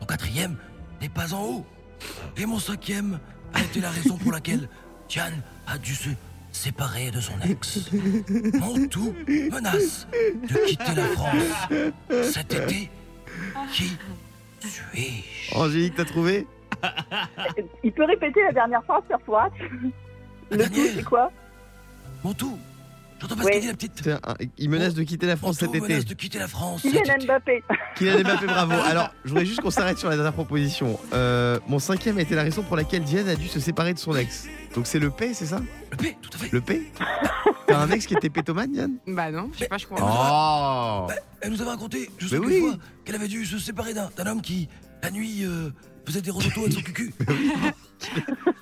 D: Mon quatrième n'est pas en haut. Et mon cinquième a été la raison pour laquelle Tian a dû se séparer de son ex. Mon tout menace de quitter la France cet été. Qui suis-je
C: Angélique, t'as trouvé
I: Il peut répéter la dernière phrase, Pierre Fourat
D: La
I: Le tout,
D: dernière.
I: c'est quoi
D: Mon tout J'entends pas ce qu'elle dit, la petite.
C: Tiens, un- Il menace de quitter la France cet
D: Tout
C: été.
D: menace de quitter la France.
K: Kylian Mbappé.
C: Kylian Mbappé, bravo. Alors, je voudrais juste qu'on s'arrête sur la dernière proposition. Euh, mon cinquième a été la raison pour laquelle Diane a dû se séparer de son ex. Donc c'est le P, c'est ça
D: Le P, tout à fait.
C: Le P T'as un ex qui était pétomane, Diane
E: Bah non, je sais pas, je comprends.
C: Oh
D: Bah, Elle nous avait raconté, je sais
C: Mais
D: plus
C: oui.
D: fois, qu'elle avait dû se séparer d'un d'un homme qui, la nuit, euh, faisait des rototos avec son cucu.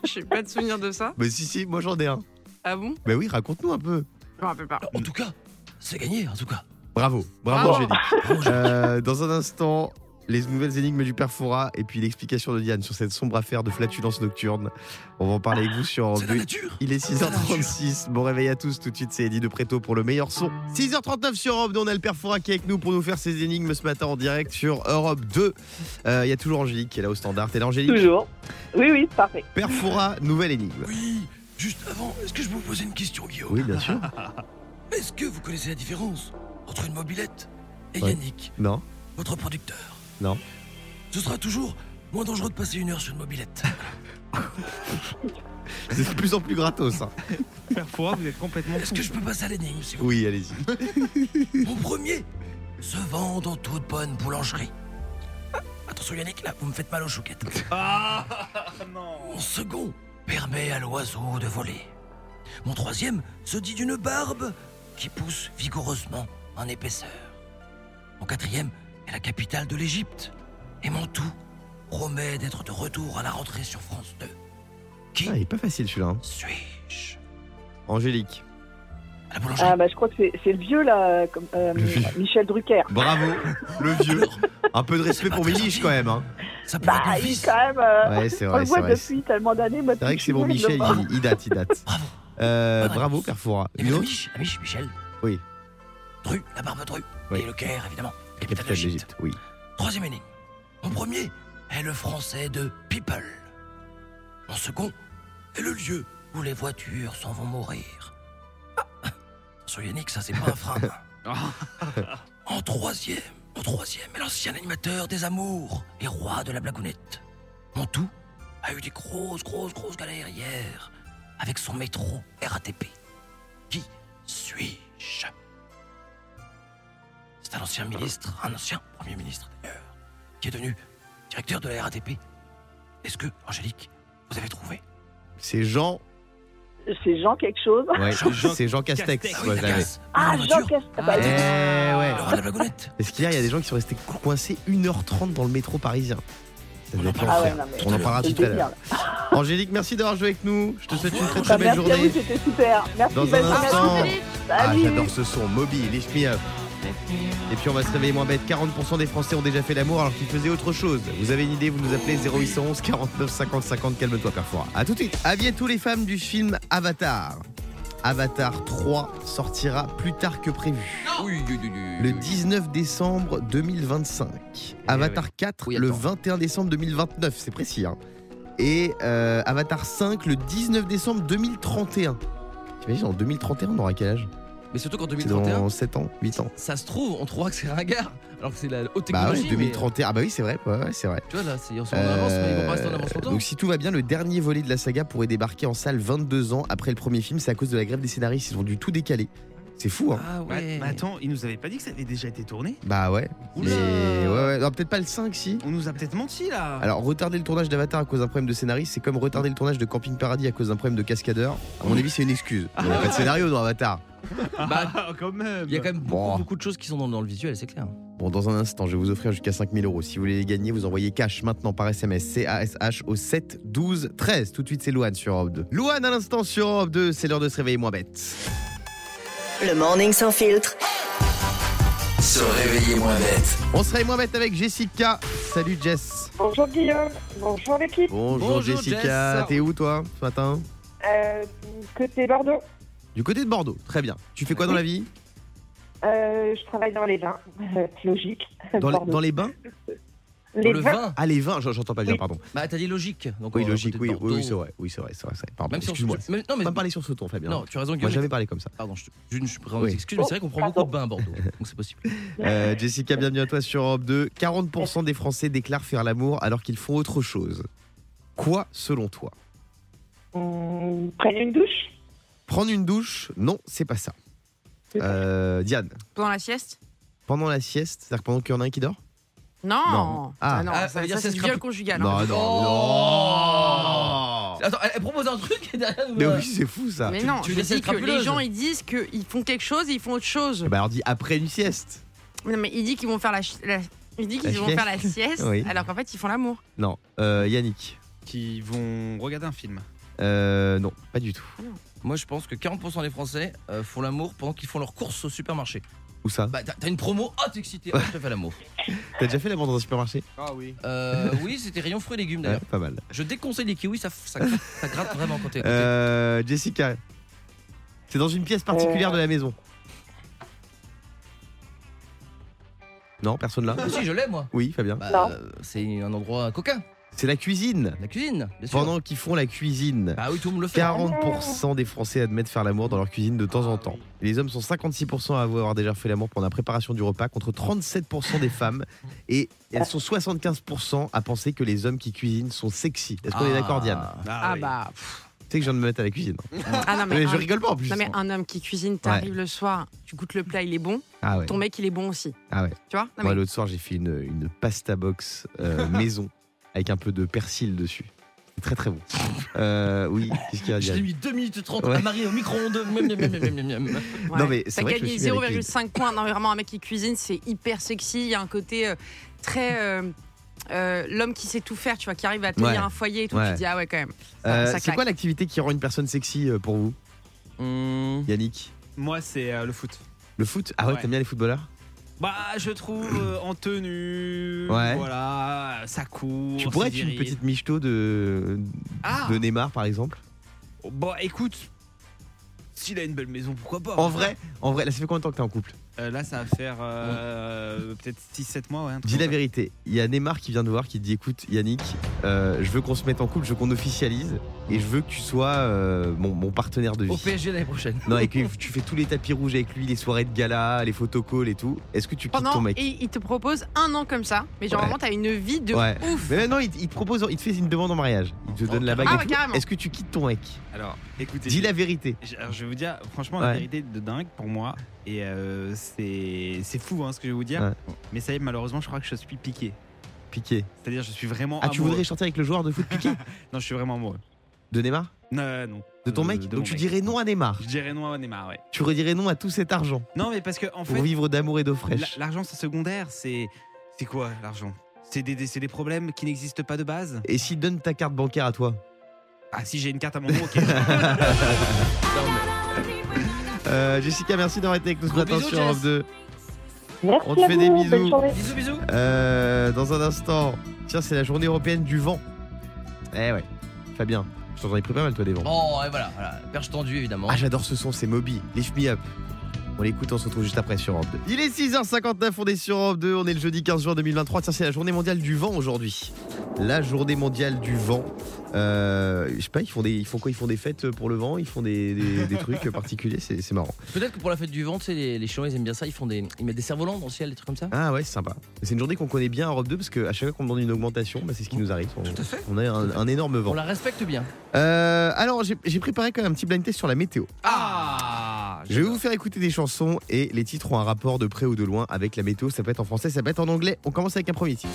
E: J'ai pas de souvenir de ça.
C: Mais Bah, si, si, moi j'en ai un.
E: Ah bon
C: Bah oui, raconte-nous un peu.
E: Je me rappelle pas. Ah
D: En tout cas, c'est gagné, en tout cas.
C: Bravo, bravo,
E: Bravo.
C: Angélique. Euh, dans un instant, les nouvelles énigmes du Perfora et puis l'explication de Diane sur cette sombre affaire de flatulence nocturne. On va en parler avec vous sur Europe
D: C'est la
C: deux.
D: nature.
C: Il est
D: C'est la
C: 6h36. Bon réveil à tous. Tout de suite, c'est Eddie de Préto pour le meilleur son. 6h39 sur Europe 2. On a le Perfora qui est avec nous pour nous faire ses énigmes ce matin en direct sur Europe 2. Euh, Il y a toujours Angélique qui est là au standard. T'es là, Angélique
K: Toujours. Oui, oui, parfait.
C: Perfora, nouvelle énigme.
D: Oui, juste avant, est-ce que je peux vous poser une question, Guillaume
C: Oui, bien sûr.
D: Est-ce que vous connaissez la différence entre une mobilette et
C: Ouais.
D: Yannick,
C: Non,
D: votre producteur
C: non.
D: Ce sera toujours moins dangereux de passer une heure sur une mobilette.
C: C'est de plus en plus gratos. hein.
D: Parfois, vous êtes complètement. Est-ce que je peux passer à l'énigme, s'il vous
C: Oui, allez-y.
D: Mon premier se vend dans toute bonne boulangerie. Ah, Attention Yannick, là, vous me faites mal aux chouquettes. Mon second permet à l'oiseau de voler. Mon troisième se dit d'une barbe qui pousse vigoureusement en épaisseur. Mon quatrième est la capitale de l'Égypte. Et mon tout promet d'être de retour à la rentrée sur France 2. Qui
C: Ah, il est pas facile celui-là. hein.
D: Suis-je
C: Angélique.
D: à la boulangerie
K: Ah bah je crois que c'est- c'est le vieux là, comme, euh, Michel Drucker.
C: Bravo, le vieux. Un peu de respect pour Miliche quand même. hein.
D: Ça peut
K: Bah
D: être mon
K: il
D: fils.
K: quand même. euh,
C: Ouais, c'est
K: on
C: vrai,
K: le
C: c'est
K: voit
C: vrai.
K: depuis tellement d'années.
C: C'est vrai que c'est bon, Michel, il, il date, il date.
K: Ah,
C: Euh, bravo, Perfora.
D: Il y
C: Une
D: avait
C: autre
D: Eh Amiche, Amiche, Michel.
C: Oui.
D: Dru, la barbe Dru.
C: Oui.
D: Et le Caire, évidemment. Capitale
C: Capitale
D: d'Égypte.
C: d'Égypte, oui.
D: Troisième énigme. Mon premier est le français de People. Mon second est le lieu où les voitures s'en vont mourir. Ah, Attention Yannick, ça c'est pas un frein. en troisième, en troisième est l'ancien animateur des amours et roi de la blagounette. Mon tout a eu des grosses, grosses, grosses galères hier avec son métro RATP. Qui suis-je C'est un ancien ministre, un ancien premier ministre d'ailleurs, qui est devenu directeur de la RATP. Est-ce que, Angélique, vous avez trouvé
C: C'est Jean.
K: C'est Jean quelque chose.
C: Ouais, c'est Jean Castex.
D: Ah
C: moi,
D: oui, la
C: je l'avais.
D: classe.
K: Ah, Jean Castex. Bah,
C: Eh ouais.
D: Le roi de la blagounette.
C: Parce qu'hier, il y a des gens qui sont restés coincés 1h30 dans le métro parisien. Ça devait être
K: Ah ouais,
C: l'enfer.
K: non, mais
C: On en parlera
K: c'est
C: tout à
K: le
C: l'heure. Angélique, merci d'avoir joué avec nous. Je te souhaite une très
K: bah,
C: très belle
K: merci à vous,
C: journée.
K: c'était super. Merci,
C: Dans
K: bonne
C: un
K: journée à
C: instant.
K: tous.
C: Ah,
K: Salut.
C: j'adore ce son. Moby, lift me up. Et puis on va se réveiller moins bête. 40% des Français ont déjà fait l'amour alors qu'ils faisaient autre chose. Vous avez une idée, vous nous appelez 0811 49 50 50. Calme-toi, Perfora. À tout de suite. Aviez tous les femmes du film Avatar. Avatar 3 sortira plus tard que prévu. Le 19 décembre 2025. Avatar 4 le 21 décembre 2029, c'est précis. hein. Et euh, Avatar 5 le 19 décembre 2031. T'imagines, en 2031, on aura quel âge
N: Mais surtout qu'en
C: C'est
N: 2031,
C: dans 7 ans, 8 ans.
N: ça se trouve, on trouvera que c'est ringard. Alors que c'est la haute
C: Bah ouais,
N: technologie. mais,
C: 2031. Ah bah oui, c'est vrai. ouais, ouais, c'est vrai.
N: euh, Tu vois, là, c'est- ils sont en avance, mais ils vont pas rester en avance
C: Euh,
N: longtemps.
C: donc si tout va bien, le dernier volet de la saga pourrait débarquer en salle 22 ans après le premier film. C'est à cause de la grève des scénaristes, ils ont dû tout décaler. C'est fou, hein
N: Ah
F: ouais.
N: ouais.
F: Mais Bah, attends, il nous avait pas dit que ça avait déjà été tourné
C: Bah ouais.
F: Oula.
C: Mais ouais, ouais. Non, peut-être pas le 5 si.
F: On nous a peut-être menti là
C: Alors retarder le tournage d'Avatar à cause d'un problème de scénariste, c'est comme retarder le tournage de Camping Paradis à cause d'un problème de cascadeur. À mon avis, c'est une excuse. Il n'y a pas de scénario dans Avatar.
F: Ah, quand même
N: Bah, Il y a quand même beaucoup,
C: Bon.
N: beaucoup de choses qui sont dans, dans le visuel, c'est clair.
C: Bon, dans un instant, je vais vous offrir jusqu'à 5000 euros. Si vous voulez les gagner, vous envoyez cash maintenant par SMS CASH au 7 12 13. Tout de suite, c'est Louane sur Europe 2. Louane à l'instant sur Europe 2, c'est l'heure de se réveiller moins bête.
G: Le morning sans filtre.
D: Se réveiller moins bête.
C: On se réveille moins bête avec Jessica. Salut Jess.
K: Bonjour Guillaume. Bonjour l'équipe.
C: Bonjour,
N: Bonjour,
C: Jessica.
N: Jess.
C: T'es où toi ce matin
K: Euh, côté Bordeaux,
C: Du côté de Bordeaux. Très bien. Tu fais quoi dans la vie
K: euh, je travaille dans les vins. Euh, Logique.
C: dans, les-
K: Bordeaux.
C: dans les bains
K: Les
N: le
K: vins.
N: vin
C: Ah, les vins, j'en- j'entends pas bien,
K: Oui.
C: pardon.
N: Bah, t'as dit logique. Donc,
C: Oui,
N: euh,
C: logique,
N: côté
C: oui,
N: de
C: oui,
N: Bordeaux.
C: oui, c'est vrai. Oui, c'est vrai, c'est vrai. c'est vrai. Pardon,
N: Même si on se-
C: excuse-moi.
N: mais- non, mais-
C: Pas me parler sur ce ton, Fabien.
N: Non, tu as raison,
C: Moi,
N: Guillaume.
C: jamais parlé comme ça.
N: Pardon, je, te- je, je- vraiment,
C: Oui.
N: excuse, mais c'est vrai qu'on prend beaucoup de bains à Bordeaux. Donc, c'est possible.
C: Euh, Jessica, bienvenue à toi sur Europe 2. 40% des Français déclarent faire l'amour alors qu'ils font autre chose. Quoi selon toi
K: Hum, Prenez une douche.
C: Prendre une douche Non, c'est pas ça. Euh, Diane,
E: Pendant la sieste
C: pendant la sieste, c'est-à-dire pendant qu'il y en a un qui dort
E: Non.
C: Non. Ah.
E: Ah, non,
C: Ah,
E: ça,
C: ça veut
E: ça,
C: dire
E: c'est
C: c'est
E: du viol
C: scrap-
D: Ah,
E: conjugal.
C: Non,
E: hein.
C: non, non.
D: Attends, elle, elle propose un truc et derrière. euh,
C: Mais Oh, oui, c'est fou ça.
E: Mais non,
D: tu
E: je
D: laisses
E: dis
D: être
E: que les
D: crapuleuse.
E: gens ils disent qu'ils font quelque chose et ils font autre chose.
C: Eh ben, on dit après une sieste.
E: Non, mais il dit qu'ils vont faire la, chi- la- il dit
C: La
E: qu'ils vont
C: sieste.
E: faire la sieste
C: Oui.
E: alors qu'en fait ils font l'amour.
C: Non, euh, Yannick.
F: Qui vont regarder un film.
C: Euh, non, pas du tout.
D: Moi, je pense que 40% des Français euh, font l'amour pendant qu'ils font leurs courses au supermarché.
C: Où ça
D: Bah, t'as t'as une promo, ah, t'es excité, ah, je te fais l'amour.
C: T'as déjà fait la vente dans un supermarché
F: Ah oui.
D: Euh, oui, c'était rayon fruits et légumes
C: Ouais,
D: d'ailleurs.
C: Pas mal.
D: Je déconseille les kiwis, ça, ça, gratte- ça gratte vraiment quand t'es. quand t'es-
C: Euh, Jessica. C'est dans une pièce
E: Euh.
C: particulière de la maison. Non, personne là.
D: Ah, si, je l'ai moi.
C: Oui, Fabien.
D: Bah, Non. euh, c'est un endroit coquin.
C: C'est la cuisine.
D: La cuisine. bien sûr.
C: Pendant qu'ils font la cuisine.
D: Ah oui, tout le monde le fait.
C: 40% des Français admettent faire l'amour dans leur cuisine de temps en temps. Et les hommes sont 56% à avoir déjà fait l'amour pendant la préparation du repas, contre 37% des femmes. Et elles sont 75% à penser que les hommes qui cuisinent sont sexy. Est-ce qu'on est
D: Ah.
C: d'accord, Diane
E: Ah, bah. pff.
C: Tu sais que je viens de me mettre à la cuisine.
E: Ah non, mais
C: je
E: un-
C: rigole pas en plus.
E: Non mais un homme qui cuisine, t'arrives le soir, tu goûtes le plat, il est bon.
C: Ah ouais.
E: Ton mec, il est bon aussi.
C: Ah ouais.
E: Tu vois Non,
C: Moi,
E: mais-
C: l'autre soir, j'ai fait une, une pasta box euh, maison avec un peu de persil dessus. C'est très très bon. Euh, oui, qu'est-ce qu'il y a à
D: Je
C: dire
D: l'ai mis 2 minutes 30
C: Ouais.
D: à Marie au micro-ondes. Miam, miam, miam, miam, miam, miam.
E: Ouais.
C: Non, mais c'est
E: T'as
C: vrai que je
E: gagné
C: me suis mis à la cuisine.
E: 0,5 points. Non mais vraiment, un mec qui cuisine, c'est hyper sexy. Il y a un côté euh, très euh, euh, l'homme qui sait tout faire, tu vois, qui arrive à tenir
C: Ouais.
E: un foyer et tout.
C: Ouais.
E: Tu te dis ah ouais quand même. Ça-
C: Euh,
E: ça
C: c'est
E: claque.
C: quoi l'activité qui rend une personne sexy euh, pour vous
D: Mmh.
C: Yannick
F: Moi, c'est euh, le foot.
C: Le foot Ah ouais,
F: Ouais.
C: t'aimes bien les footballeurs
F: Bah, je trouve euh, en tenue.
C: Ouais.
F: Voilà, ça court.
C: Tu pourrais
F: c'est
C: être une
F: viril.
C: petite michto de,
F: Ah.
C: de Neymar par exemple
F: Bon, écoute, s'il a une belle maison, pourquoi pas hein.
C: En vrai, en vrai, là ça fait combien de temps que t'es en couple
F: Euh, Là, ça va faire euh, peut-être 6-7 mois. Ouais, un truc
C: Dis la
F: comme ça.
C: vérité, il y a Neymar qui vient de voir qui te dit écoute Yannick, euh, je veux qu'on se mette en couple, je veux qu'on officialise et je veux que tu sois euh, mon, mon partenaire de vie.
D: Au PSG l'année prochaine.
C: Non, et que tu fais tous les tapis rouges avec lui, les soirées de gala, les photocalls et tout. Est-ce que tu quittes ton
E: Pendant
C: mec
E: et Oh il te propose un an comme ça, mais genre
C: Ouais.
E: vraiment t'as une vie de
C: Ouais.
E: ouf.
C: Mais non, il, il te propose, il te fait une demande en mariage. Il te donne la bague.
E: Ah,
C: et
E: ouais,
C: tout.
E: carrément.
C: Est-ce que tu quittes ton mec
F: Alors, écoutez.
C: Dis la vérité.
F: je- alors, je vais vous dire, franchement, la
C: Ouais.
F: vérité de dingue pour moi. Et euh, c'est c'est fou hein, ce que je vais vous dire.
C: Ouais.
F: Mais ça y est, malheureusement, je crois que je suis piqué.
C: Piqué.
F: C'est-à-dire, je suis vraiment.
C: Ah, tu
F: amoureux.
C: voudrais chanter avec le joueur de foot piqué
F: Non, je suis vraiment amoureux.
C: De Neymar
F: Non, non.
C: De ton mec
F: de
C: Donc
F: mon
C: tu
F: mec.
C: dirais non à Neymar.
F: Je dirais non à Neymar, ouais.
C: Tu redirais non à tout cet argent
F: Non, mais parce que, en
C: pour
F: fait.
C: vivre d'amour et d'eau
F: La-
C: fraîche.
F: L'argent, c'est secondaire. C'est c'est quoi l'argent C'est des, des- c'est des problèmes qui n'existent pas de base.
C: Et s'il donne ta carte bancaire à toi
F: Ah, si j'ai une carte à mon nom, ok.
C: Euh, Jessica, merci d'avoir été avec nous ce
D: Gros
C: matin
D: bisous,
C: sur Europe
D: Jess.
C: 2.
K: Merci
C: On te
K: à
C: fait des
K: vous, bonne
C: bisous.
K: journée.
D: Bisous, bisous.
C: Euh, dans un instant, tiens, c'est la journée européenne du vent. Eh ouais, Fabien, je t'en ai pris pas mal, toi, des vents.
D: Bon, et voilà, voilà. Perche tendue évidemment.
C: Ah, j'adore ce son, c'est Moby. Lift me up. On l'écoute, on se retrouve juste après sur Europe 2. Il est 6h59, on est sur Europe 2, on est le jeudi 15 juin 2023. Tiens, c'est la journée mondiale du vent aujourd'hui. La journée mondiale du vent. Euh, je sais pas, ils font, des, ils font quoi Ils font des fêtes pour le vent Ils font des, des- des trucs particuliers C'est c'est marrant.
D: Peut-être que pour la fête du vent, tu sais, les, les Chinois ils aiment bien ça. Ils font des, ils mettent des cerfs-volants dans le ciel, des trucs comme ça.
C: Ah ouais, c'est sympa. C'est une journée qu'on connaît bien à Europe 2 parce qu'à chaque fois qu'on demande une augmentation, bah, c'est ce qui nous arrive. On, on a un, un énorme
D: On
C: vent.
D: la respecte bien.
C: Euh, alors, j'ai j'ai préparé quand même un petit blind test sur la météo.
D: Ah.
C: Je vais vous faire écouter des chansons et les titres ont un rapport de près ou de loin avec la météo. Ça peut être en français, ça peut être en anglais. On commence avec un premier titre.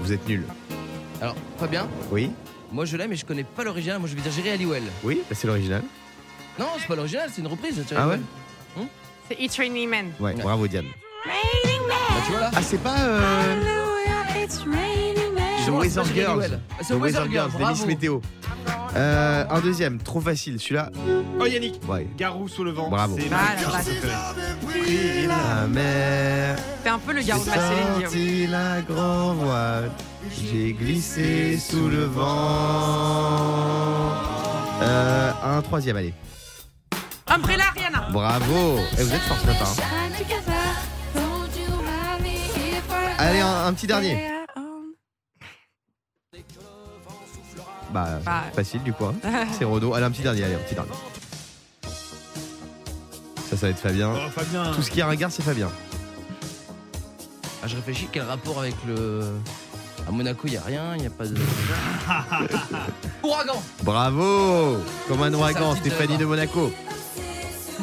C: Vous êtes nul.
D: Alors, Fabien,
C: Oui,
D: moi je l'ai, mais je connais pas l'original. Moi je vais dire Jerry Halliwell.
C: oui, bah, c'est l'original.
D: Non, c'est pas l'original, c'est une reprise. de Jerry
C: Ah ouais
D: Halliwell.
E: C'est It's Raining Men.
C: Ouais, bravo Diane.
D: Bah, tu vois là.
C: Ah, c'est pas. Euh... The
D: Justement, c'est pas
C: Weather
D: Jerry
C: Girls.
D: Halliwell. Bah,
C: The
D: C'est Weather Girls.
C: d'Alice
D: Bravo.
C: Météo. Euh, un deuxième, trop facile. Celui-là,
F: oh, Yannick
C: ouais.
F: Garou sous le vent.
C: Bravo.
F: C'est
E: Ah, la
F: ma
E: vache.
F: chanson préférée.
C: La mer.
E: T'es un peu le garou de
C: j'ai
E: ma Céline Dion.
C: sorti la grand voile. J'ai glissé sous le vent. Euh, un troisième, allez.
E: Umbrella Rihanna.
C: Bravo Et vous êtes fort ce matin. hein. Allez, un, un petit dernier. Bah,
E: Bah.
C: facile du coup. hein. C'est Renaud. Allez, un petit dernier, allez, un petit dernier. Ça, ça va être Fabien.
F: Oh, Fabien.
C: Tout ce qui a un regard, c'est Fabien.
D: Ah, je réfléchis quel rapport avec le. À Monaco, il y a rien, il y a pas de. Ouragan.
C: Bravo Comme un
D: C'est ça,
C: ouragan,
D: petite
C: Stéphanie
D: œuvre.
C: de Monaco.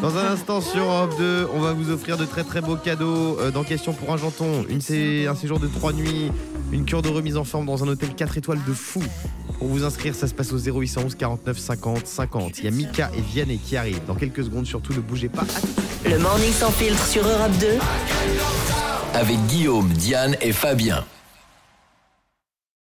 C: Dans un instant sur Europe 2, on va vous offrir de très très beaux cadeaux euh, dans Question pour un janton, une sé- un séjour de 3 nuits, une cure de remise en forme dans un hôtel 4 étoiles de fou. Pour vous inscrire, ça se passe au 0811 49 50 50. Il y a Mika et Vianney qui arrivent dans quelques secondes, surtout ne bougez pas.
G: Le morning sans filtre sur Europe 2.
O: Avec Guillaume, Diane et Fabien.